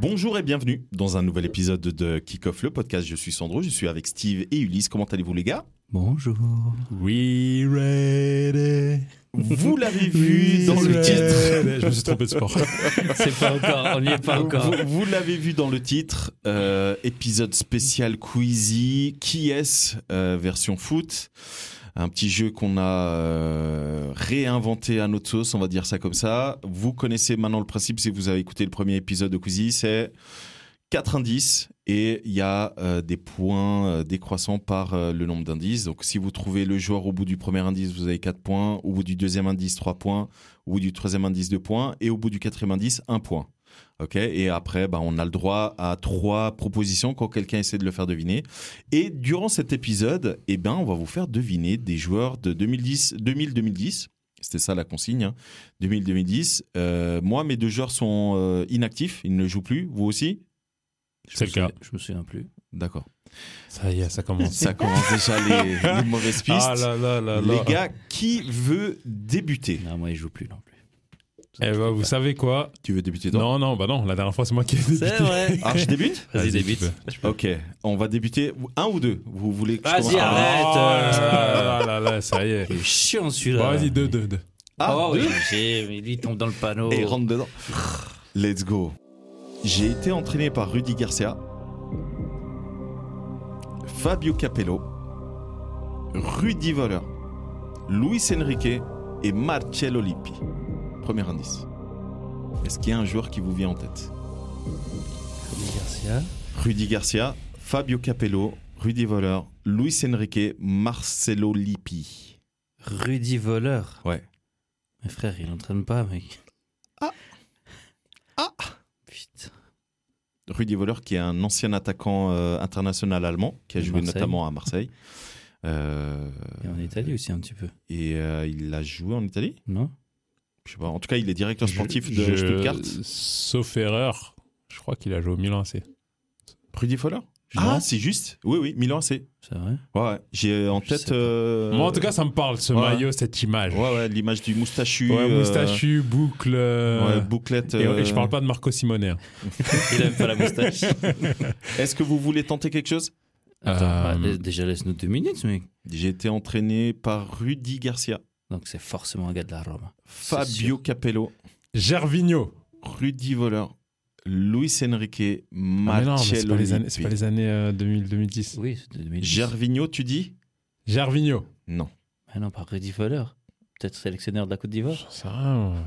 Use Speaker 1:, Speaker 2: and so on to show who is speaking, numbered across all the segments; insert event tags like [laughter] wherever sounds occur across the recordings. Speaker 1: Bonjour et bienvenue dans un nouvel épisode de Kick Off le podcast. Je suis Sandro, je suis avec Steve et Ulysse. Comment allez-vous les gars
Speaker 2: Bonjour.
Speaker 3: We ready.
Speaker 1: Vous l'avez vu dans le titre.
Speaker 2: [laughs]
Speaker 3: Je me suis trompé de sport.
Speaker 2: C'est pas encore, on n'y est pas encore.
Speaker 1: Vous, vous l'avez vu dans le titre, euh, épisode spécial Queasy, qui est version foot un petit jeu qu'on a euh, réinventé à notre sauce, on va dire ça comme ça. Vous connaissez maintenant le principe si vous avez écouté le premier épisode de Queasy, c'est quatre indices et il y a euh, des points euh, décroissants par euh, le nombre d'indices. Donc si vous trouvez le joueur au bout du premier indice, vous avez 4 points, au bout du deuxième indice 3 points, au bout du troisième indice 2 points et au bout du quatrième indice 1 point. OK et après bah, on a le droit à trois propositions quand quelqu'un essaie de le faire deviner. Et durant cet épisode, eh ben on va vous faire deviner des joueurs de 2010 2000 2010. C'était ça la consigne. hein. 2000 2010. Euh, moi mes deux joueurs sont euh, inactifs, ils ne jouent plus, vous aussi
Speaker 3: C'est le cas.
Speaker 2: Je me souviens plus.
Speaker 1: D'accord.
Speaker 3: Ça y est, ça commence.
Speaker 1: Ça commence déjà les,
Speaker 3: [laughs]
Speaker 1: les mauvaises pistes.
Speaker 3: Ah là là là là.
Speaker 1: Les gars, qui veut débuter
Speaker 2: Non, moi, il joue plus non plus.
Speaker 3: Eh ben, vous savez quoi
Speaker 1: Tu veux débuter toi
Speaker 3: Non, non, bah non, la dernière fois c'est moi qui ai débuté.
Speaker 2: C'est vrai.
Speaker 1: Ah, je débute
Speaker 2: Vas-y,
Speaker 3: Vas-y,
Speaker 2: débute.
Speaker 3: tu
Speaker 1: Ok, on va débuter un ou deux. Vous voulez que je
Speaker 2: Vas-y,
Speaker 1: commence par-
Speaker 2: arrête. euh.
Speaker 3: Oh là là là là,
Speaker 2: [laughs]
Speaker 3: ça y est.
Speaker 2: Il est chiant
Speaker 3: Bon,
Speaker 2: celui-là.
Speaker 3: vas-y, deux, deux, deux.
Speaker 1: Ah,
Speaker 2: oh,
Speaker 1: deux
Speaker 2: oui, j'ai- mais lui, il tombe dans le panneau.
Speaker 1: Et rentre dedans. Let's go. J'ai été entraîné par Rudy Garcia, Fabio Capello, Rudy Voller, Luis Enrique et Marcello Lippi. Premier indice. Est-ce qu'il y a un joueur qui vous vient en tête
Speaker 2: Garcia.
Speaker 1: Rudy Garcia, Fabio Capello, Rudy Voller, Luis Enrique, Marcelo Lippi.
Speaker 2: Rudy Voleur.
Speaker 1: Ouais.
Speaker 2: Mais frère, il entraîne pas, mec.
Speaker 1: Ah. Ah.
Speaker 2: Putain.
Speaker 1: Rudy Voller, qui est un ancien attaquant euh, international allemand, qui a
Speaker 2: De
Speaker 1: joué
Speaker 2: Marseille.
Speaker 1: notamment à Marseille. Euh,
Speaker 2: Et en Italie aussi, un petit peu.
Speaker 1: et euh, il a joué en Italie
Speaker 2: Non
Speaker 1: Je sais pas. En tout cas, il est directeur sportif
Speaker 3: Je-
Speaker 1: de
Speaker 3: je-
Speaker 1: Stuttgart.
Speaker 3: Sauf erreur, je crois qu'il a joué au Milan AC.
Speaker 1: Rudy Voller
Speaker 2: Non.
Speaker 1: Ah, c'est juste. Oui, oui, Milan AC.
Speaker 2: C'est vrai
Speaker 1: Ouais, ouais. j'ai en
Speaker 2: Je sais
Speaker 1: tête.
Speaker 2: pas.
Speaker 1: euh,
Speaker 3: Moi en tout cas, ça me parle ce
Speaker 1: ouais.
Speaker 3: maillot, cette image.
Speaker 1: Ouais, ouais, l'image du moustachu.
Speaker 3: Ouais,
Speaker 1: euh,
Speaker 3: moustachu, boucle. euh,
Speaker 1: ouais, bouclette.
Speaker 3: et, et je
Speaker 1: euh.
Speaker 3: parle pas de Marco Simone. hein.
Speaker 2: Il aime pas la moustache.
Speaker 1: [laughs] Est-ce que vous voulez tenter quelque chose
Speaker 2: Attends,
Speaker 3: Euh,
Speaker 2: bah, déjà, laisse-nous deux minutes, mec.
Speaker 1: J'ai été entraîné par Rudy Garcia.
Speaker 2: Donc, c'est forcément un gars de la Rome.
Speaker 1: Fabio Capello,
Speaker 3: Gervinho.
Speaker 1: Rudy Voller, Luis Enrique,
Speaker 3: Ah, mais non, mais c'est
Speaker 1: Marcello
Speaker 3: pas les
Speaker 1: Lippi.
Speaker 3: années, c'est pas les années euh, 2000, 2010.
Speaker 2: Oui, c'est de 2010.
Speaker 1: Gervinho, tu dis
Speaker 3: Gervinho.
Speaker 1: Non.
Speaker 2: Ah non, par Rudy Voller. Peut-être sélectionneur de la Côte d'Ivoire.
Speaker 3: J'en sais rien, euh.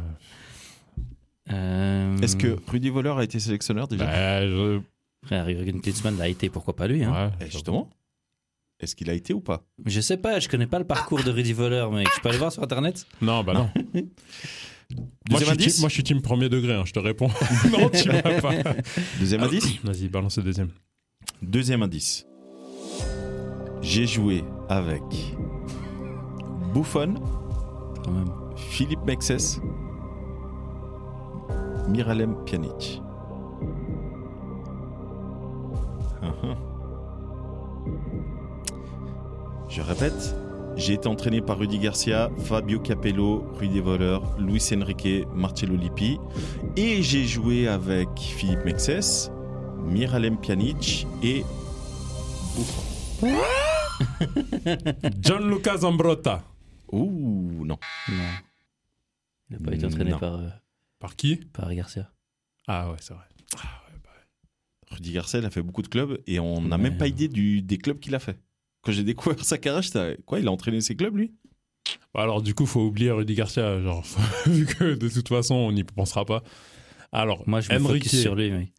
Speaker 2: Euh,
Speaker 3: Hmm.
Speaker 1: Est-ce que Rudy Voller a été sélectionneur déjà
Speaker 3: Bah, je-
Speaker 2: Frère, Jürgen Klinsmann l'a été, pourquoi pas lui hein.
Speaker 3: ouais.
Speaker 1: Eh, Justement. Est-ce qu'il a été ou pas
Speaker 2: Je sais pas, je connais pas le parcours de Rudy Voller, mec. Je peux aller voir sur internet
Speaker 3: Non, [laughs] bah non. moi, je
Speaker 1: Deuxième
Speaker 3: suis
Speaker 1: indice
Speaker 3: team, moi, je suis team premier degré, hein, je te réponds. [laughs] non, tu vas pas.
Speaker 1: Deuxième indice
Speaker 3: Vas-y, balance le deuxième.
Speaker 1: Ah. Deuxième indice. J'ai joué avec Buffon,
Speaker 2: quand même.
Speaker 1: Philippe Mexès, Miralem Pjanic. Hum, hum. Je répète, j'ai été entraîné par Rudy Garcia, Fabio Capello, Rudy Voller, Luis Enrique, Marcello Lippi. Et j'ai joué avec Philippe Mexès, Miralem Pjanic et Buffon.
Speaker 3: Gianluca Zambrotta.
Speaker 1: Ouh, non.
Speaker 2: Non. Il n'a pas été entraîné
Speaker 1: Non.
Speaker 2: par, euh,
Speaker 3: Par qui
Speaker 2: par Garcia.
Speaker 3: Ah ouais, c'est vrai. Ah ouais, bah ouais.
Speaker 1: Rudy Garcia, il a fait beaucoup de clubs et on n'a
Speaker 2: Ouais.
Speaker 1: même pas idée du, des clubs qu'il a fait. Quand j'ai découvert sa carrière, j'étais, quoi, il a entraîné ses clubs, lui
Speaker 3: Bah, Alors, du coup, faut oublier Rudy Garcia, genre, [laughs] vu que de toute façon, on n'y pensera pas. Alors,
Speaker 2: Moi, je me
Speaker 3: Enrique,
Speaker 2: focus sur lui, mec.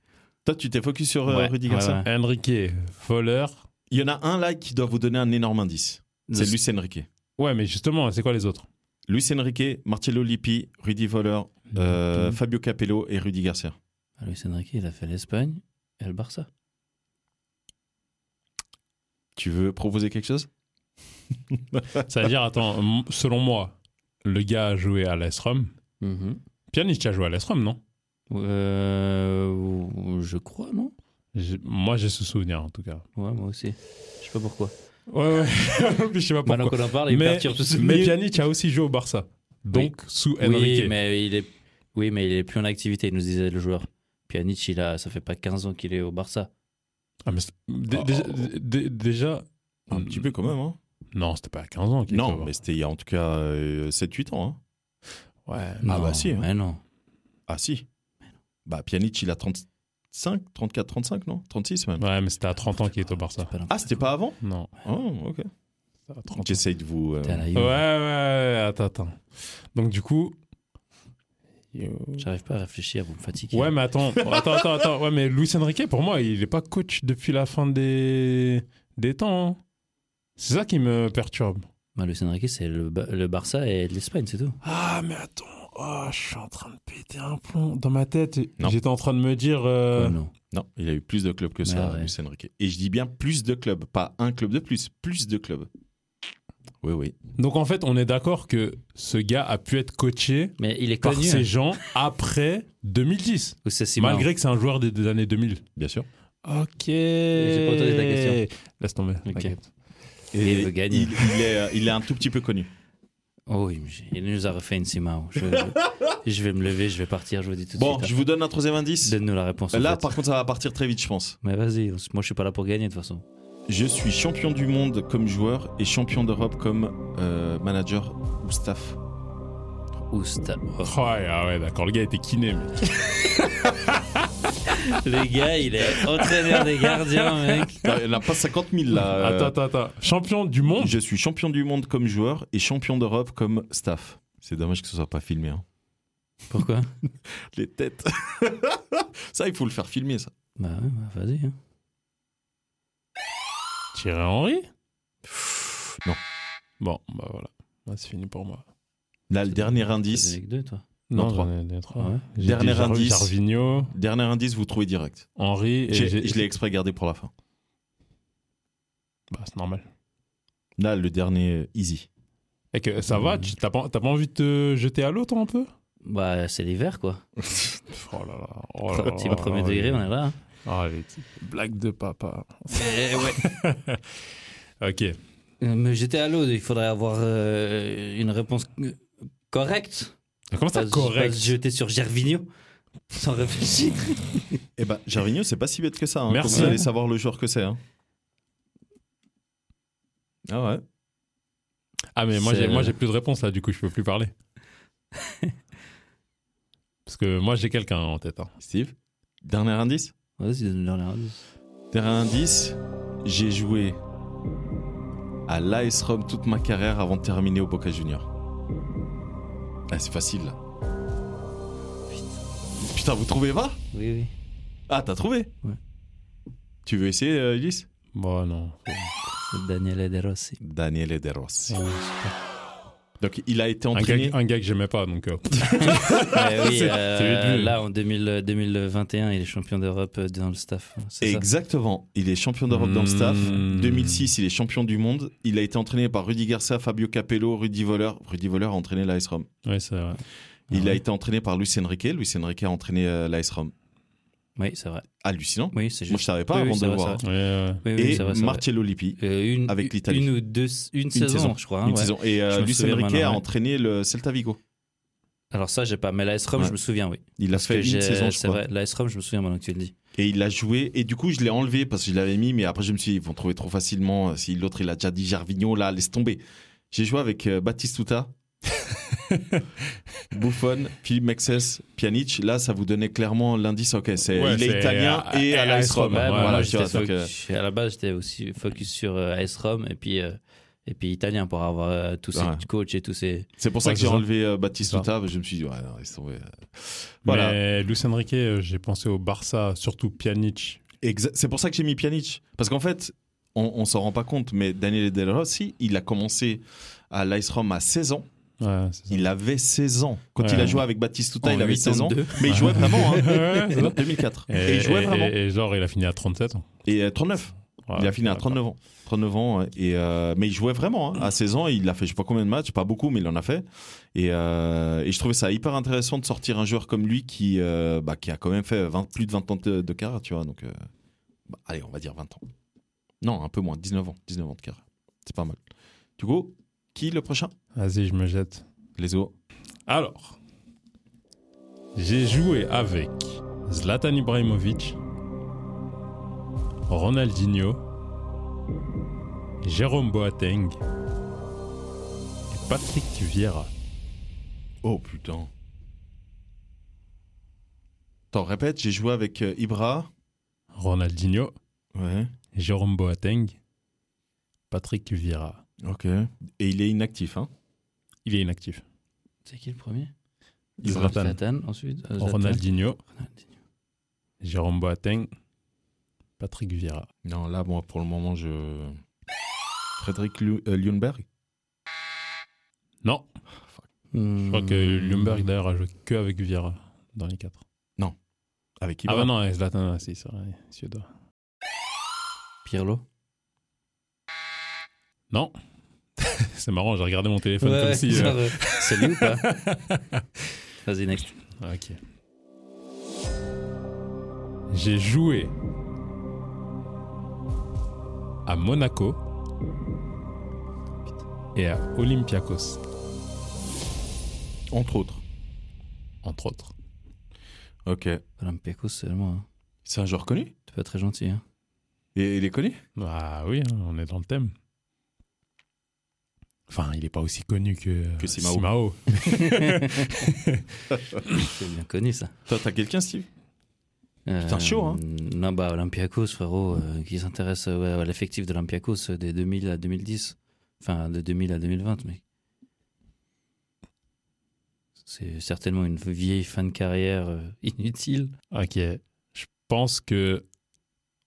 Speaker 1: Toi, tu t'es focus sur euh,
Speaker 2: Ouais,
Speaker 1: Rudy
Speaker 2: ouais,
Speaker 1: Garcia
Speaker 2: ouais.
Speaker 3: Enrique, Foller.
Speaker 1: Il y en a un là qui doit vous donner un énorme indice. C'est Luis Enrique.
Speaker 3: Ouais, mais justement, c'est quoi les autres
Speaker 1: Luis Enrique, Marcello Lippi, Rudy Voller, euh, Fabio Capello et Rudy Garcia.
Speaker 2: Ah, Luis Enrique, il a fait l'Espagne et le Barça.
Speaker 1: Tu veux proposer quelque chose
Speaker 3: C'est-à-dire, attends, m- selon moi, le gars a joué à l'AS Rome.
Speaker 1: Mm-hmm.
Speaker 3: Pjanic a joué à l'AS Rome, non
Speaker 2: Euh, je crois, non
Speaker 3: J'ai- Moi, j'ai ce souvenir, en tout cas.
Speaker 2: Ouais, moi aussi. Je sais pas pourquoi.
Speaker 3: Ouais, ouais. [laughs] je sais pas pourquoi.
Speaker 2: Maintenant qu'on en parle, il
Speaker 3: mais,
Speaker 2: perturbe tout ce
Speaker 3: mais Pjanic a aussi joué au Barça. Donc, sous Enrique.
Speaker 2: Oui, mais il est... oui, mais il est plus en activité, il nous disait le joueur. Pjanic, il a, ça fait pas 15 ans qu'il est au Barça.
Speaker 3: Ah, mais c'est- dé-
Speaker 1: Oh.
Speaker 3: déjà- dé- déjà.
Speaker 1: Un petit peu quand même. Hein.
Speaker 3: Non, c'était pas à 15 ans. qu'il était
Speaker 1: Non,
Speaker 3: au-
Speaker 1: mais c'était il y a en tout cas euh, 7-8 ans. hein.
Speaker 3: Ouais.
Speaker 1: Ah
Speaker 2: Non,
Speaker 1: bah si, hein.
Speaker 2: Mais non.
Speaker 1: Ah si. Bah, Pjanic, il a 35, 34, 35, non 36 même.
Speaker 3: Ouais, mais c'était à 30 ans qu'il est au Barça.
Speaker 2: Pas non-
Speaker 1: Ah, c'était pas avant
Speaker 3: Non.
Speaker 1: Oh, ok.
Speaker 3: c'était à 30 ans.
Speaker 1: J'essaye de vous. euh,
Speaker 2: T'es à la
Speaker 3: Ouais,
Speaker 2: Juve.
Speaker 3: Ah, ouais, ouais, attends, attends. Donc, du coup.
Speaker 2: J'arrive pas à réfléchir, vous me fatiguez.
Speaker 3: Ouais, mais attends, attends, attends, attends. Ouais, mais Luis Enrique, pour moi, il est pas coach depuis la fin des, des temps. hein. C'est ça qui me perturbe.
Speaker 2: Bah, Luis Enrique, c'est le, Ba- le Barça et de l'Espagne, c'est tout.
Speaker 3: Ah, mais attends. Oh, je suis en train de péter un plomb. Dans ma tête,
Speaker 1: Non.
Speaker 3: j'étais en train de me dire.
Speaker 2: Ouais,
Speaker 3: euh,
Speaker 2: non.
Speaker 1: Non, il a eu plus de clubs que ça,
Speaker 2: Ah ouais.
Speaker 1: Luis Enrique. Et je dis bien plus de clubs, pas un club de plus, plus de clubs. Oui, oui.
Speaker 3: Donc, en fait, on est d'accord que ce gars a pu être coaché
Speaker 2: Mais il est
Speaker 3: par
Speaker 2: connu. hein.
Speaker 3: ces gens après 2010.
Speaker 2: Ou c'est si
Speaker 3: malgré que c'est un joueur des, des années 2000.
Speaker 1: Bien sûr.
Speaker 3: Ok.
Speaker 2: pas entendu ta question.
Speaker 3: Laisse tomber.
Speaker 2: Ok.
Speaker 3: t'inquiète.
Speaker 2: Et il veut gagner.
Speaker 1: Il, il est, euh, il est un tout petit peu connu.
Speaker 2: Oh oui, mais j'ai- il nous a refait une Simao. Je, je- je vais me lever, je vais partir, je vous dis tout de
Speaker 1: Bon,
Speaker 2: suite. hein.
Speaker 1: je vous donne un troisième indice.
Speaker 2: Donne-nous la réponse. en
Speaker 1: Là,
Speaker 2: fait.
Speaker 1: par contre, ça va partir très vite, je pense.
Speaker 2: Mais vas-y, on s- moi je suis pas là pour gagner de toute façon.
Speaker 1: Je suis champion du monde comme joueur et champion d'Europe comme euh, manager ou
Speaker 2: [laughs]
Speaker 1: staff.
Speaker 2: Ousta.
Speaker 3: Oh, ouais, ah ouais, d'accord. Le gars était kiné, mais.
Speaker 2: le gars, il est entraîneur des gardiens, mec.
Speaker 1: Non, Il n'y en a pas 50 000 là. euh.
Speaker 3: Attends, attends, attends. Champion du monde
Speaker 1: Je suis champion du monde comme joueur et champion d'Europe comme staff. C'est dommage que ce soit pas filmé. hein.
Speaker 2: Pourquoi
Speaker 1: Les têtes. [laughs] ça, il faut le faire filmer, ça.
Speaker 2: Bah ouais, bah, vas-y. hein.
Speaker 3: Thierry Henry
Speaker 1: non.
Speaker 3: Bon, bah voilà. Là, c'est fini pour moi.
Speaker 1: Là, le dernier
Speaker 2: T'as
Speaker 1: indice.
Speaker 2: donné que deux, toi.
Speaker 1: Non, trois.
Speaker 3: j'en ai- j'en ai trois.
Speaker 2: Ah ouais.
Speaker 3: J'ai
Speaker 1: Dernier
Speaker 3: dit Jar-
Speaker 1: indice.
Speaker 3: Jarvinho,
Speaker 1: Dernier indice, vous trouvez direct.
Speaker 3: Henry et.
Speaker 1: J'ai-
Speaker 3: j'ai-
Speaker 1: Je l'ai exprès gardé pour la fin.
Speaker 3: Bah, c'est normal.
Speaker 1: Là, le dernier, euh, easy.
Speaker 3: Et que ça va tu- T'as pas, t'as pas envie de te jeter à l'eau, toi, un peu
Speaker 2: Bah c'est l'hiver quoi.
Speaker 3: Oh là là. Oh là là.
Speaker 2: Petit
Speaker 3: oh
Speaker 2: premier
Speaker 3: là
Speaker 2: degré,
Speaker 3: là.
Speaker 2: on est là. hein.
Speaker 3: Ah, les petites blagues de papa.
Speaker 2: Eh ouais.
Speaker 3: Ok.
Speaker 2: Euh, Mais j'étais à l'eau, il faudrait avoir euh, une réponse euh, correcte.
Speaker 3: Comment ça,
Speaker 2: Pas- Pas
Speaker 3: correct
Speaker 2: se jeter sur Gervinho sans réfléchir.
Speaker 1: Eh ben, Gervinho, c'est pas si bête que ça. hein,
Speaker 3: Merci.
Speaker 1: quand Vous allez savoir le joueur que c'est. hein. Ah ouais.
Speaker 3: Ah mais moi
Speaker 2: C'est-
Speaker 3: j'ai moi j'ai plus de réponse là du coup je peux
Speaker 2: [laughs]
Speaker 3: plus parler. Parce que moi j'ai quelqu'un en tête. hein.
Speaker 1: Steve, dernier indice
Speaker 2: Vas-y, donne leur la
Speaker 1: Dernier indice, j'ai joué à l'AS Rome toute ma carrière avant de terminer au Boca Junior. Ah, c'est facile là. Putain, vous trouvez pas
Speaker 2: Oui, oui.
Speaker 1: Ah, t'as trouvé
Speaker 2: Ouais.
Speaker 1: Tu veux essayer, euh, Ulysse
Speaker 3: Bon Bah, non.
Speaker 2: C'est Daniel Ederossi.
Speaker 1: Daniel De Rossi. Donc, il a été
Speaker 3: Un
Speaker 1: entraîné.
Speaker 3: gars, un gars que j'aimais pas donc. euh,
Speaker 2: Ah oui,
Speaker 3: C'est-
Speaker 2: euh,
Speaker 3: c'est lui de lui.
Speaker 2: là en 2000 2021, il est champion d'Europe euh, dans le staff. C'est ça. Hmm.
Speaker 1: Exactement. Il est champion d'Europe dans le staff.
Speaker 3: Mmh.
Speaker 1: 2006, il est champion du monde. Il a été entraîné par Rudy Garcia, Fabio Capello, Rudy Voller. Rudy Voller a entraîné l'AS Rome.
Speaker 3: ouais c'est vrai.
Speaker 1: Il
Speaker 2: Ah
Speaker 1: a
Speaker 2: ouais.
Speaker 1: été entraîné par Luis Enrique. Luis Enrique a entraîné euh, l'AS Rome.
Speaker 2: Oui, c'est vrai.
Speaker 1: Hallucinant.
Speaker 2: Oui, c'est
Speaker 1: Moi, je
Speaker 2: juste.
Speaker 1: savais pas
Speaker 2: Oui, oui,
Speaker 1: avant de
Speaker 2: c'est
Speaker 1: le
Speaker 2: vrai,
Speaker 1: voir.
Speaker 2: c'est
Speaker 3: Ouais, ouais.
Speaker 2: Oui, oui,
Speaker 1: Et
Speaker 2: c'est vrai, c'est vrai.
Speaker 1: Marcello Lippi.
Speaker 2: Euh, une,
Speaker 1: avec l'Italie.
Speaker 2: Une ou deux, une, saison,
Speaker 1: saison.
Speaker 2: je crois. hein,
Speaker 1: Une
Speaker 2: ouais.
Speaker 1: saison. Et euh,
Speaker 2: Je me
Speaker 1: Luis
Speaker 2: souviens
Speaker 1: Enrique
Speaker 2: maintenant,
Speaker 1: a
Speaker 2: ouais.
Speaker 1: entraîné le Celta Vigo.
Speaker 2: Alors ça, j'ai pas. Mais la S-ROM,
Speaker 1: Ouais.
Speaker 2: je me souviens, oui.
Speaker 1: Il a
Speaker 2: Que
Speaker 1: fait
Speaker 2: j'ai-
Speaker 1: une saison, je
Speaker 2: C'est
Speaker 1: crois.
Speaker 2: vrai, la S-ROM, je me souviens maintenant que tu le dis.
Speaker 1: Et il a joué. Et du coup, je l'ai enlevé parce que je l'avais mis. Mais après, je me suis dit, ils vont trouver trop facilement. euh, Si l'autre, il a déjà dit Jarvinho, là, laisse tomber. J'ai joué avec euh,
Speaker 3: [laughs]
Speaker 1: Batistuta, Buffon, Philippe Mexes, Pjanic. Là, ça vous donnait clairement l'indice. Ok, c'est
Speaker 3: Ouais,
Speaker 1: il est
Speaker 3: c'est
Speaker 1: italien
Speaker 3: à-
Speaker 1: et
Speaker 3: à
Speaker 1: à l'AS
Speaker 3: AS Rome.
Speaker 1: Rome.
Speaker 3: Ouais,
Speaker 2: Ouais,
Speaker 3: voilà,
Speaker 2: mais moi,
Speaker 1: tu
Speaker 2: j'étais
Speaker 1: vois, donc, euh,
Speaker 2: focus- à la base, j'étais aussi focus sur euh, AS-ROM et puis, euh, et puis italien pour avoir euh, tous
Speaker 1: Ouais.
Speaker 2: ces coachs et tous ces.
Speaker 1: C'est pour ça
Speaker 3: Ouais,
Speaker 1: que
Speaker 3: c'est
Speaker 1: j'ai
Speaker 3: ça.
Speaker 1: enlevé euh, Batistuta. Je me suis dit, ouais, non, laisse tomber. Voilà.
Speaker 3: Mais Luis Enrique euh, j'ai pensé au Barça surtout Pjanic.
Speaker 1: Exa- C'est pour ça que j'ai mis Pjanic. Parce qu'en fait, on, on s'en rend pas compte, mais Daniel Del Rossi, il a commencé à l'Ice Rome à 16 ans.
Speaker 3: Ouais, c'est ça.
Speaker 1: Il avait 16 ans. Quand
Speaker 3: Ouais.
Speaker 1: il a joué avec Batistuta,
Speaker 2: En
Speaker 1: il avait 16 ans.
Speaker 2: 82.
Speaker 1: Mais il jouait vraiment, hein.
Speaker 3: [laughs] Ouais, c'est ça.
Speaker 1: En 2004. Et, il jouait vraiment.
Speaker 3: et- Ah, et genre il a fini à hein. 37 ans.
Speaker 1: Et, euh, 39.
Speaker 3: Ouais,
Speaker 1: il a fini à
Speaker 3: ouais,
Speaker 1: 39 ans. 39 ans. ouais. Et, euh, mais il jouait vraiment. hein. À 16 ans, il a fait je sais pas combien de matchs, pas beaucoup, mais il en a fait. Et, euh, et je trouvais ça hyper intéressant de sortir un joueur comme lui qui, euh, bah, qui a quand même fait 20 plus de 20 ans de, de carrière, tu vois. Donc, euh, bah, allez, on va dire 20 ans. Non, un peu moins, 19 ans. 19 ans de carrière. C'est pas mal. Du coup, qui le prochain
Speaker 3: Vas-y, je me jette.
Speaker 1: Les os.
Speaker 3: Alors, j'ai joué avec Zlatan Ibrahimovic, Ronaldinho, Jérôme Boateng et Patrick Vieira.
Speaker 1: Oh putain. Attends, répète, j'ai joué avec euh, Ibra.
Speaker 3: Ronaldinho,
Speaker 1: Ouais.
Speaker 3: Jérôme Boateng, Patrick Vieira.
Speaker 1: Ok. Et il est inactif, hein
Speaker 3: Il est inactif.
Speaker 2: C'est qui le premier
Speaker 3: Zlatan.
Speaker 2: ensuite. euh, Zlatan.
Speaker 3: Ronaldinho,
Speaker 2: Ronaldinho.
Speaker 3: Jérôme Boateng, Patrick Vieira.
Speaker 1: Non, là, moi, pour le moment, je. Frédéric Lu- euh, Ljungberg
Speaker 3: Non, je crois
Speaker 2: Hmm.
Speaker 3: que Lumberg d'ailleurs a joué que avec Vieira dans les quatre.
Speaker 1: Avec
Speaker 3: Ah
Speaker 1: Ibra.
Speaker 3: bah non, ouais, Zlatan, ouais, c'est ça, ouais, suédois.
Speaker 2: Pirlo.
Speaker 3: Non. [laughs] c'est marrant, j'ai regardé mon téléphone
Speaker 2: Ouais,
Speaker 3: comme
Speaker 2: ouais,
Speaker 3: si... euh, [laughs]
Speaker 2: genre, euh, C'est lui ou pas Vas-y, next.
Speaker 3: Ah, Ok. J'ai joué à Monaco et à Olympiakos,
Speaker 1: Entre autres.
Speaker 3: entre autres.
Speaker 1: Ok.
Speaker 2: Olympiakos seulement. hein.
Speaker 1: C'est un joueur connu
Speaker 2: T'es pas très gentil. Hein.
Speaker 1: Et il est connu
Speaker 3: Ah oui, hein, on est dans le thème. Enfin, il n'est pas aussi connu que,
Speaker 1: Que Simao.
Speaker 2: C'est bien connu ça.
Speaker 1: Toi, t'as quelqu'un, Steve
Speaker 2: Euh,
Speaker 1: Putain, chaud, hein.
Speaker 2: Non, bah Olympiakos, frérot, euh, qui s'intéresse euh, ouais, à l'effectif de Olympiakos euh, des 2000 à 2010. Enfin, de 2000 à 2020, mec. C'est certainement une vieille fin de carrière euh, inutile.
Speaker 3: Ok. Je pense que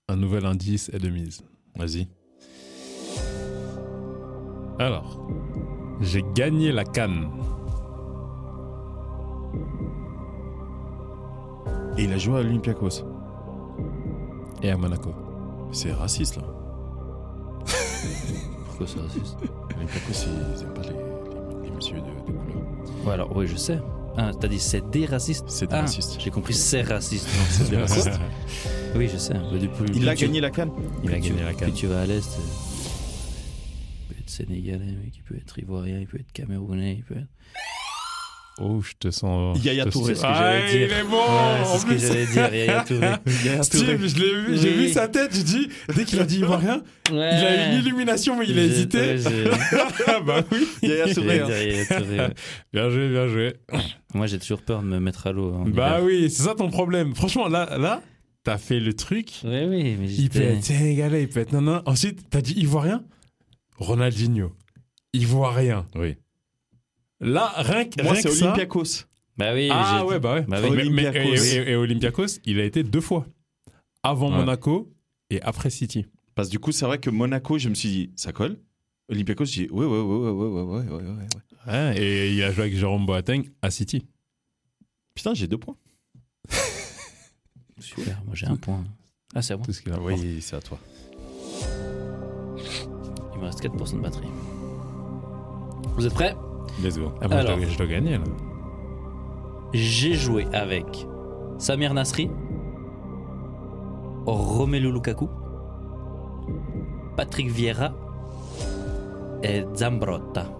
Speaker 3: un nouvel indice est de mise.
Speaker 1: Vas-y.
Speaker 3: Alors, j'ai gagné la canne.
Speaker 1: Et il a joué à Olympiakos.
Speaker 3: et à Monaco.
Speaker 1: C'est raciste, là.
Speaker 2: Pourquoi ça raciste
Speaker 1: Olympiakos, ils aiment pas les, les, les messieurs de, de couleur.
Speaker 2: Ouais, alors, oui, je sais. Ah, t'as dit c'est des racistes
Speaker 1: C'est des
Speaker 2: Ah,
Speaker 1: racistes.
Speaker 2: J'ai compris c'est raciste. [laughs]
Speaker 1: C'est des racistes.
Speaker 2: Oui, je sais. Mais du coup,
Speaker 1: Il
Speaker 2: plus
Speaker 1: a
Speaker 2: tu-
Speaker 1: gagné la canne
Speaker 3: Il a
Speaker 2: plus
Speaker 3: gagné
Speaker 2: tu-
Speaker 3: la canne.
Speaker 2: Plus tu vas à l'Est, euh, il peut être Sénégalais, mec, il peut être Ivoirien, il peut être Camerounais, il peut être...
Speaker 3: [laughs] Oh, je te sens.
Speaker 1: Yaya
Speaker 3: je te
Speaker 1: Touré.
Speaker 2: C'est ce
Speaker 3: sens-
Speaker 2: que j'allais
Speaker 3: Ah,
Speaker 2: dire.
Speaker 3: il est bon
Speaker 2: Ouais,
Speaker 3: en
Speaker 2: c'est ce que
Speaker 3: plus.
Speaker 2: j'allais dire, Yaya Touré.
Speaker 3: [laughs] Steve, je l'ai vu, j'ai
Speaker 2: Oui.
Speaker 3: vu sa tête, je dis, dès qu'il a dit Ivoirien, il a eu une illumination, mais [laughs] il a
Speaker 2: Je-
Speaker 3: hésité.
Speaker 2: ouais, je-
Speaker 3: Ah bah oui.
Speaker 1: Yaya
Speaker 2: j'allais
Speaker 1: Touré.
Speaker 2: dire Yaya Touré, ouais.
Speaker 3: Bien joué, bien joué.
Speaker 2: Moi, j'ai toujours peur de me mettre à l'eau. hein, en
Speaker 3: Bah
Speaker 2: hiver.
Speaker 3: oui, c'est ça ton problème. Franchement, là, là, t'as fait le truc.
Speaker 2: oui. Oui, mais
Speaker 3: Il peut
Speaker 2: j'étais...
Speaker 3: être sénégalais, il peut être non, non. Ensuite, t'as dit Ivoirien Ronaldinho. Ivoirien.
Speaker 1: Oui.
Speaker 3: Là, rien que.
Speaker 1: Moi,
Speaker 3: rien
Speaker 1: c'est
Speaker 3: que ça-
Speaker 1: Olympiakos.
Speaker 2: Bah oui,
Speaker 3: Ah
Speaker 2: j'ai-
Speaker 3: ouais, bah ouais.
Speaker 2: Bah
Speaker 1: oui.
Speaker 3: Mais- mais- et,
Speaker 1: Olympiakos.
Speaker 3: et- et Olympiakos, il a été deux fois. Avant
Speaker 1: Ouais.
Speaker 3: Monaco et après City.
Speaker 1: Parce que du coup, c'est vrai que Monaco, je me suis dit, ça colle. Olympiakos, j'ai dit, ouais, ouais, ouais, ouais, ouais, ouais, ouais, ouais, ouais. ouais.
Speaker 3: Hein, et il a joué avec Jérôme Boateng à City.
Speaker 1: Putain, j'ai deux points.
Speaker 2: Super, moi j'ai un point. Ah, c'est à moi.
Speaker 3: Tout ce qu'il a
Speaker 1: Oui, c'est à toi.
Speaker 2: Il me reste 4% de batterie. Vous êtes prêts
Speaker 1: Let's go.
Speaker 3: Ah, moi, je dois-
Speaker 2: Alors.
Speaker 3: je dois gagner là.
Speaker 2: J'ai joué avec Samir Nasri, Romelu Lukaku, Patrick Vieira et Zambrotta.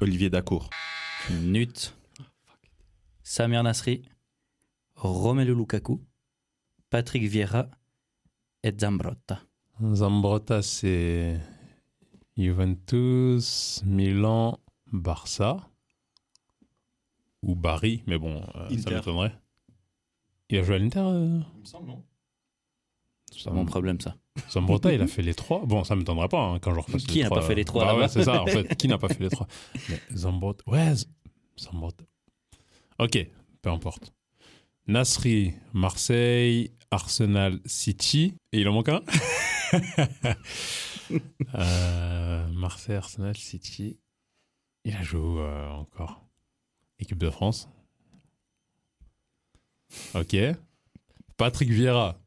Speaker 1: Olivier Dacour.
Speaker 2: Nut. Samir Nasri, Romelu Lukaku, Patrick Vieira et Zambrotta.
Speaker 3: Zambrotta, c'est Juventus, Milan, Barça. Ou Bari, mais bon, euh, ça
Speaker 1: Inter.
Speaker 3: m'étonnerait. Il a joué à l'Inter euh,
Speaker 1: Il me semble, non
Speaker 2: C'est
Speaker 3: Mm. Hmm.
Speaker 2: mon problème ça.
Speaker 3: Zambrotta, il a fait les trois. Bon, ça m'étonnerait pas hein, quand je refasse
Speaker 2: Qui
Speaker 3: les
Speaker 2: n'a
Speaker 3: trois.
Speaker 2: pas fait les trois
Speaker 3: Bah
Speaker 2: là-bas
Speaker 3: ouais, c'est ça, en fait. Qui n'a pas fait les trois Mais Zambrotta. Ouais, Z- Zambrotta. Ok, peu importe. Nasri, Marseille, Arsenal, City. Et il en manque un [laughs] Euh, Marseille, Arsenal, City. Il a joué où, euh, encore Équipe de France. Ok. Patrick Vieira.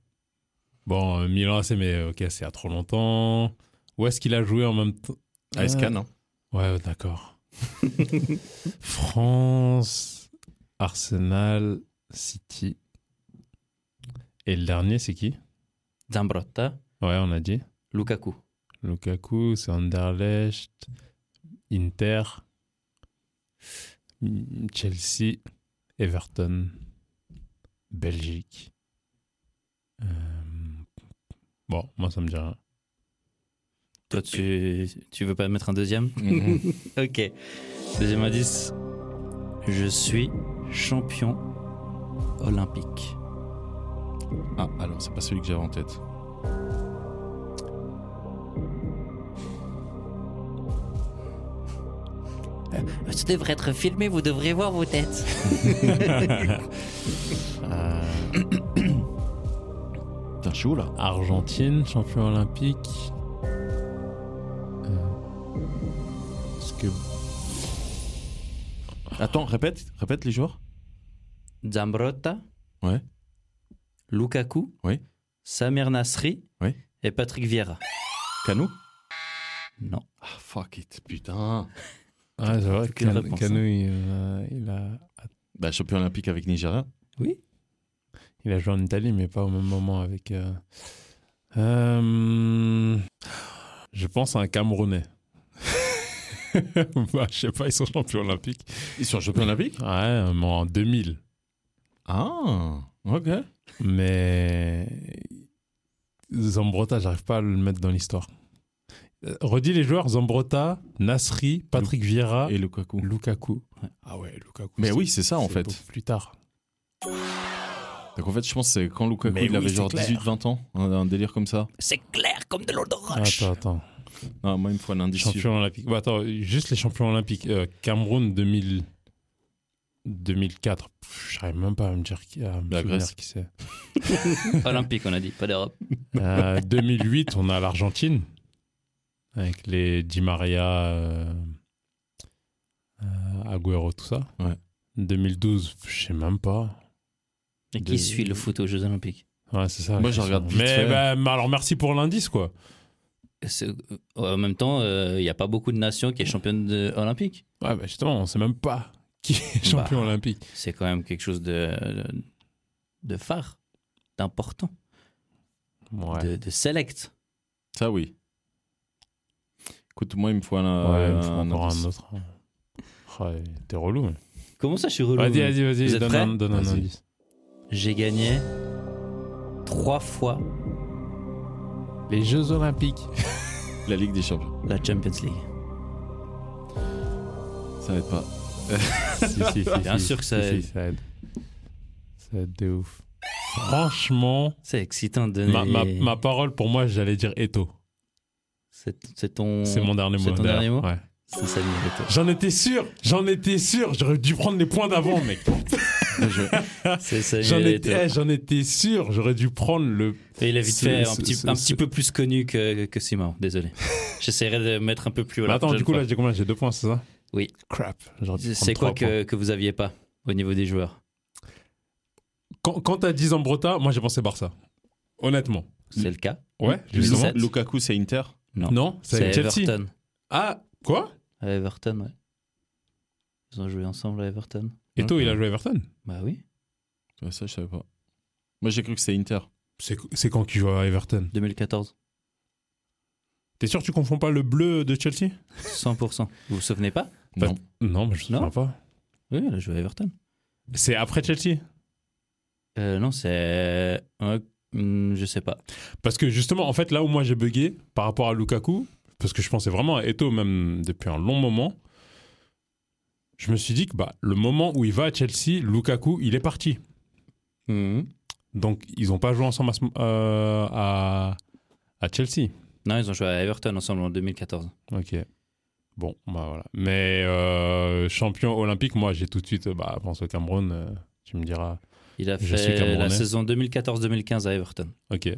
Speaker 3: Bon, euh, Milan AC, mais euh, ok, c'est à trop longtemps. Où est-ce qu'il a joué en même temps
Speaker 1: AS Cannes, hein.
Speaker 3: Ouais, ouais, d'accord. France, Arsenal, City. Et le dernier, c'est qui
Speaker 2: Zambrotta,
Speaker 3: Ouais, on a dit.
Speaker 2: Lukaku.
Speaker 3: Lukaku, c'est Anderlecht, Inter, mm, Chelsea, Everton, Belgique. Euh, Bon, moi, ça me dit rien.
Speaker 2: Toi, tu, tu veux pas mettre un deuxième
Speaker 1: [laughs]
Speaker 2: [laughs]
Speaker 1: Mhm.
Speaker 2: Ok. Deuxième indice. Je suis champion olympique.
Speaker 1: Ah, alors, c'est pas celui que j'avais en tête.
Speaker 2: Ça devrait être filmé, vous devrez voir vos têtes.
Speaker 1: T'as chaud là
Speaker 3: Argentine, champion olympique. Euh, Est-ce que
Speaker 1: Attends, répète, répète les joueurs.
Speaker 2: Zambrotta.
Speaker 1: Ouais.
Speaker 2: Lukaku.
Speaker 1: Oui.
Speaker 2: Samir Nasri.
Speaker 1: Oui.
Speaker 2: Et Patrick Vieira.
Speaker 1: Cano
Speaker 2: Non.
Speaker 1: Ah, fuck it, putain.
Speaker 3: Ah, c'est vrai,
Speaker 2: Aucune
Speaker 3: Can-
Speaker 2: réponse,
Speaker 3: Cano, il, a- il a,
Speaker 1: Bah, champion olympique avec Nigeria.
Speaker 2: Oui.
Speaker 3: il a joué en Italie, mais pas au même moment avec. euh, euh, je pense à un Camerounais. [laughs] bah, je sais pas, ils sont champions olympiques.
Speaker 1: Ils sont champions olympiques
Speaker 3: Ouais, mais en 2000.
Speaker 1: Ah, ok.
Speaker 3: Mais. Zambrotta, j'arrive pas à le mettre dans l'histoire. Euh, Redis les joueurs Zambrotta, Nasri, Patrick Vieira
Speaker 1: Et Lukaku.
Speaker 3: Lukaku.
Speaker 2: Ouais.
Speaker 3: Ah ouais, Lukaku.
Speaker 1: Mais
Speaker 3: c'est-
Speaker 1: oui, c'est ça en
Speaker 3: c'est
Speaker 1: fait.
Speaker 3: pour Plus tard.
Speaker 1: Donc en fait, je pense que c'est quand Lukaku,
Speaker 3: Mais
Speaker 1: il
Speaker 3: oui,
Speaker 1: avait
Speaker 3: c'est
Speaker 1: genre
Speaker 3: clair.
Speaker 1: 18-20 ans, un, un délire comme ça.
Speaker 2: C'est clair comme de l'eau de
Speaker 3: Attends, attends.
Speaker 1: Non, moi, il me faut un indice.
Speaker 3: Champion olympique. Bon, attends, juste les champions olympiques. Euh, Cameroun 2000... 2004. Pff, J'arrive même pas à me dire qui, à me
Speaker 1: La
Speaker 3: souvenir
Speaker 1: Grèce.
Speaker 3: qui c'est.
Speaker 2: [laughs] Olympique, on a dit, pas d'Europe.
Speaker 3: Euh,
Speaker 1: [laughs]
Speaker 3: 2008, on a l'Argentine. Avec les Di Maria, euh, euh, Agüero, tout ça.
Speaker 1: Ouais.
Speaker 3: 2012, je sais même pas.
Speaker 2: Et
Speaker 3: De-
Speaker 2: qui suit le foot aux Jeux Olympiques
Speaker 3: Ouais, c'est ça. la
Speaker 1: Moi, je
Speaker 3: question.
Speaker 1: regarde vite
Speaker 3: Mais
Speaker 1: fait.
Speaker 3: bah, mais alors, merci pour l'indice, quoi.
Speaker 2: C'est- euh, En même temps, il n'y a pas beaucoup de nations qui est championne de- olympique.
Speaker 3: Ouais, bah, justement, on sait même pas qui est champion
Speaker 2: Bah.
Speaker 3: olympique.
Speaker 2: C'est quand même quelque chose de, de, de phare, d'important,
Speaker 3: Ouais.
Speaker 2: de, de select.
Speaker 1: Ça, oui. Écoute, moi, il me faut un,
Speaker 3: Ouais, il
Speaker 1: un,
Speaker 3: me faut encore
Speaker 1: indice.
Speaker 3: Euh, un autre. Ah, T'es relou. mais.
Speaker 2: Comment ça, je suis relou
Speaker 3: Vas-y,
Speaker 2: mais-
Speaker 3: vas-y,
Speaker 2: Vous
Speaker 3: vas-y,
Speaker 2: êtes
Speaker 3: donne,
Speaker 2: prêts
Speaker 3: un, donne un
Speaker 1: Vas-y.
Speaker 3: indice.
Speaker 2: J'ai gagné trois fois
Speaker 3: Les Jeux Olympiques.
Speaker 1: La Ligue des Champions.
Speaker 2: la Champions League.
Speaker 1: Ça va être pas.
Speaker 3: [laughs] si, si, si,
Speaker 2: Bien
Speaker 3: si,
Speaker 2: sûr que ça
Speaker 3: si, si,
Speaker 2: aide.
Speaker 3: ça aide. Ça aide de ouf. Franchement,
Speaker 2: C'est excitant de donner.
Speaker 3: ma, ma- ma parole pour moi, j'allais dire Eto.
Speaker 2: C'est c'est ton.
Speaker 3: C'est mon dernier mot.
Speaker 2: C'est ton dernier mot
Speaker 3: Ouais.
Speaker 2: C'est Samy Eto.
Speaker 3: [laughs] J'en étais sûr, j'en étais sûr. J'aurais dû prendre les points d'avant, mec.
Speaker 2: [laughs]
Speaker 1: Bien [laughs] joué.
Speaker 2: C'est Samy
Speaker 3: J'en
Speaker 2: Eto.
Speaker 3: étais, eh, j'en étais sûr. J'aurais dû prendre le.
Speaker 2: Et il a vite
Speaker 3: C'est-
Speaker 2: fait un
Speaker 3: c'est-
Speaker 2: petit,
Speaker 3: c'est-
Speaker 2: un
Speaker 3: c'est-
Speaker 2: petit peu plus connu que, que Simon, désolé.
Speaker 3: [laughs]
Speaker 2: J'essaierai de mettre un peu plus haut.
Speaker 3: Mais
Speaker 2: la
Speaker 3: Bah attends,
Speaker 2: prochaine
Speaker 3: du coup,
Speaker 2: fois.
Speaker 3: là, j'ai combien J'ai deux points, c'est ça
Speaker 2: Oui.
Speaker 3: Crap. j'aurais dû
Speaker 2: c'est quoi
Speaker 3: prendre trois points.
Speaker 2: que, que vous aviez pas au niveau des joueurs
Speaker 3: Quand, quand t'as dit Zambrotta, moi, j'ai pensé Barça. Honnêtement.
Speaker 2: C'est le cas
Speaker 3: Ouais,
Speaker 2: Ils
Speaker 3: justement.
Speaker 2: ont-
Speaker 1: Lukaku, c'est Inter
Speaker 3: Mmh. Non, c'est
Speaker 2: C'est
Speaker 3: Chelsea.
Speaker 2: Everton.
Speaker 3: Ah, quoi
Speaker 2: À Everton, ouais. Ils ont joué ensemble à Everton.
Speaker 3: Eto,
Speaker 1: Ouais.
Speaker 3: il a joué à Everton.
Speaker 2: Bah oui,
Speaker 1: Ouais, Ça, je savais pas. Moi, j'ai cru que c'était Inter.
Speaker 3: C'est c'est quand qu'il joue à Everton
Speaker 2: 2014.
Speaker 3: T'es sûr que tu confonds pas le bleu de Chelsea [laughs]
Speaker 2: 100%. Vous vous souvenez pas
Speaker 3: Pas-
Speaker 1: Non.
Speaker 3: Non, mais je ne
Speaker 2: Non.
Speaker 3: souviens pas.
Speaker 2: Oui, il a joué à Everton.
Speaker 3: C'est après Chelsea
Speaker 2: Euh, non, c'est. ouais, hmm, je sais pas.
Speaker 3: Parce que justement, en fait, là où moi j'ai bugué par rapport à Lukaku, parce que je pensais vraiment à Eto même depuis un long moment, je me suis dit que bah, le moment où il va à Chelsea, Lukaku, il est parti. Mhm.
Speaker 2: Hmm.
Speaker 3: Donc, ils n'ont pas joué ensemble à, ce mo- euh, à, à Chelsea.
Speaker 2: Non, ils ont joué à Everton ensemble en 2014.
Speaker 3: Ok. Bon, bah voilà. Mais euh, champion olympique, moi j'ai tout de suite, euh, bah, pense au Cameroun, euh, tu me diras.
Speaker 2: Il a
Speaker 3: Je suis
Speaker 2: fait
Speaker 3: Camerounais.
Speaker 2: la saison 2014-2015 à Everton.
Speaker 3: Ok.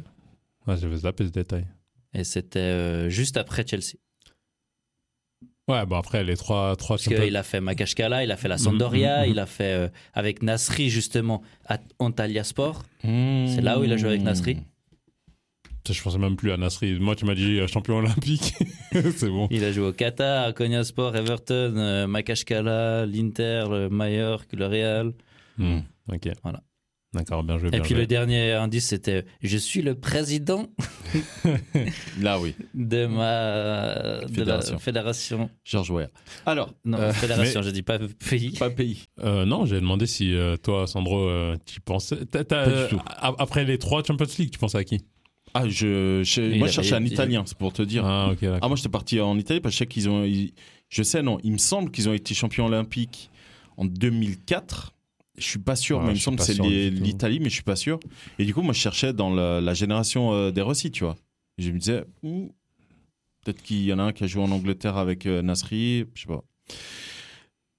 Speaker 3: Ah, j'avais zappé ce détail.
Speaker 2: Et c'était euh, juste après Chelsea.
Speaker 3: Ouais, bah après, les trois, trois
Speaker 2: Parce qu'il a fait Makashkala, il a fait la Sampdoria,
Speaker 3: Mhm, mhm.
Speaker 2: il a fait euh, avec Nasri justement à Antalya Sport.
Speaker 1: Hmm.
Speaker 2: C'est là où il a joué avec Nasri.
Speaker 3: Putain, Je pensais même plus à Nasri. Moi, tu m'as dit euh, champion olympique. [laughs] c'est bon.
Speaker 2: Il a joué au Qatar, à Konya Sport, Everton, euh, Makashkala, l'Inter, le Mallorca, le Real.
Speaker 3: Hmm, Ok.
Speaker 2: Voilà.
Speaker 3: D'accord, bien joué.
Speaker 2: Et
Speaker 3: bien
Speaker 2: puis
Speaker 3: joué.
Speaker 2: le dernier indice, c'était je suis le président
Speaker 1: Là, oui.
Speaker 2: de ma de la
Speaker 1: Fédération.
Speaker 2: fédération.
Speaker 1: George Weah. Alors,
Speaker 2: Non,
Speaker 1: euh,
Speaker 2: fédération, je dis pas pays.
Speaker 1: pas pays.
Speaker 3: Euh, non, j'ai demandé si euh, toi, Sandro, euh, tu pensais. t'as- t'as-
Speaker 1: Pas
Speaker 3: euh,
Speaker 1: du tout.
Speaker 3: a- Après les trois Champions League, tu pensais à qui
Speaker 1: Ah, je, je-
Speaker 2: Il
Speaker 1: moi,
Speaker 2: a-
Speaker 1: je cherchais un
Speaker 2: il- il-
Speaker 1: italien, c'est pour te dire.
Speaker 3: Ah, ok, d'accord.
Speaker 1: Ah, moi, j'étais parti en Italie parce que je sais qu'ils ont. ils- je sais, non, il me semble qu'ils ont été champions olympiques en 2004. Je suis pas sûr,
Speaker 3: Ouais,
Speaker 1: mais il
Speaker 3: je
Speaker 1: me
Speaker 3: suis
Speaker 1: semble que
Speaker 3: pas
Speaker 1: c'est
Speaker 3: sûr
Speaker 1: les-
Speaker 3: du tout.
Speaker 1: l'Italie, mais je suis pas sûr. Et du coup, moi, je cherchais dans la, la génération euh, des Rossi, tu vois. Et je me disais, ouh, peut-être qu'il y en a un qui a joué en Angleterre avec euh, Nasri, je sais pas.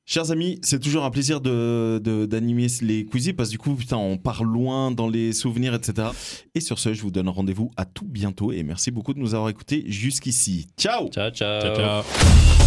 Speaker 1: Chers amis, c'est toujours un plaisir de de- d'animer les quizy parce que du coup, putain, on part loin dans les souvenirs, etc. Et sur ce, je vous donne rendez-vous à tout bientôt et merci beaucoup de nous avoir écoutés jusqu'ici. Ciao
Speaker 2: Ciao, ciao.
Speaker 3: Ciao, ciao.